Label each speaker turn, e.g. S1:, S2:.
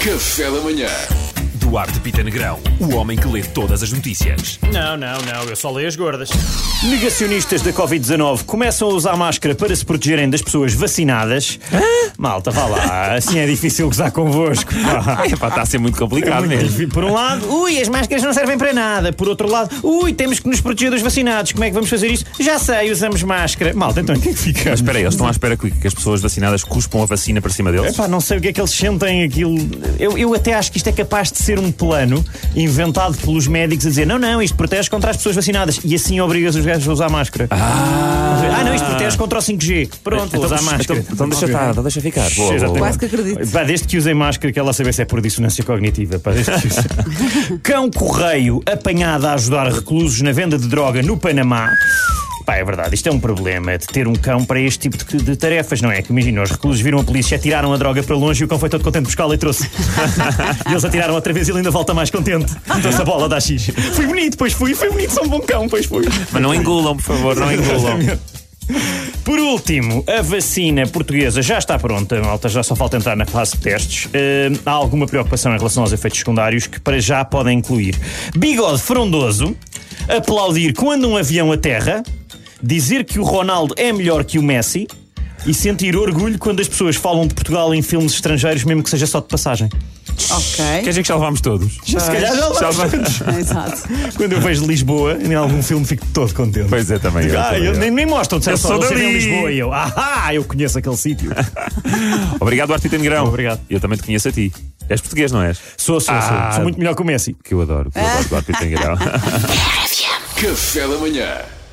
S1: Café da Manhã.
S2: Duarte Pita Negrão, o homem que lê todas as notícias.
S3: Não, não, não, eu só leio as gordas.
S4: Negacionistas da Covid-19 começam a usar máscara para se protegerem das pessoas vacinadas. Malta, vá lá, assim é difícil gozar convosco. pá.
S2: Epá, está a ser muito complicado
S4: Muito
S2: mesmo.
S4: difícil. Por um lado, ui, as máscaras não servem para nada. Por outro lado, ui, temos que nos proteger dos vacinados. Como é que vamos fazer isto? Já sei, usamos máscara. Malta, então o que é que fica?
S2: Mas espera aí, eles estão à espera que, que as pessoas vacinadas cuspam a vacina para cima deles?
S4: Epá, não sei o que é que eles sentem aquilo. Eu, eu até acho que isto é capaz de ser um plano inventado pelos médicos a dizer: não, não, isto protege contra as pessoas vacinadas. E assim obrigas os gajos a usar máscara. Ah, não, isto protege contra o 5G. Pronto, vou usar máscara.
S2: Então, então deixa estar, então deixa
S4: É,
S2: ficar. Boa, boa, boa.
S4: Exatamente.
S5: Quase que acredito.
S4: Pá, desde que usem máscara, que ela saber se é por dissonância cognitiva. Pá, desde que usem. Cão correio apanhado a ajudar reclusos na venda de droga no Panamá. Pá, é verdade, isto é um problema de ter um cão para este tipo de, de tarefas, não é? Que imagina, os reclusos viram a polícia, atiraram a droga para longe e o cão foi todo contente de buscá-la e trouxe. e eles atiraram outra vez e ele ainda volta mais contente. E trouxe a bola da X. Foi bonito, pois fui, foi bonito, sou um bom cão, pois fui.
S2: Mas não engulam, por favor, não engulam.
S4: Por último, a vacina portuguesa já está pronta, malta, já só falta entrar na fase de testes. Eh, há alguma preocupação em relação aos efeitos secundários que para já podem incluir bigode frondoso, aplaudir quando um avião aterra, dizer que o Ronaldo é melhor que o Messi e sentir orgulho quando as pessoas falam de Portugal em filmes estrangeiros, mesmo que seja só de passagem.
S2: Quer
S5: Ok.
S2: dizer que já levámos todos?
S4: Se calhar já
S2: Já
S4: lá-
S2: levámos.
S5: Exato.
S4: quando eu vejo Lisboa, em algum filme fico todo contente.
S2: Pois é, também. eu,
S4: Ah,
S2: também
S4: eu,
S2: eu.
S4: nem me mostram, disseram
S2: Eu
S4: só
S2: sou
S4: "Você vem em
S2: dali."
S4: Lisboa e eu, ah, eu conheço aquele sítio.
S2: Obrigado, Duarte Pita Negrão.
S4: Obrigado.
S2: Eu também te conheço a ti. És português, não és?
S4: Sou, sou,
S2: Ah.
S4: sou. Sou muito melhor que o Messi.
S2: Que eu adoro, que eu adoro Duarte Pita Negrão.
S1: Café da Manhã.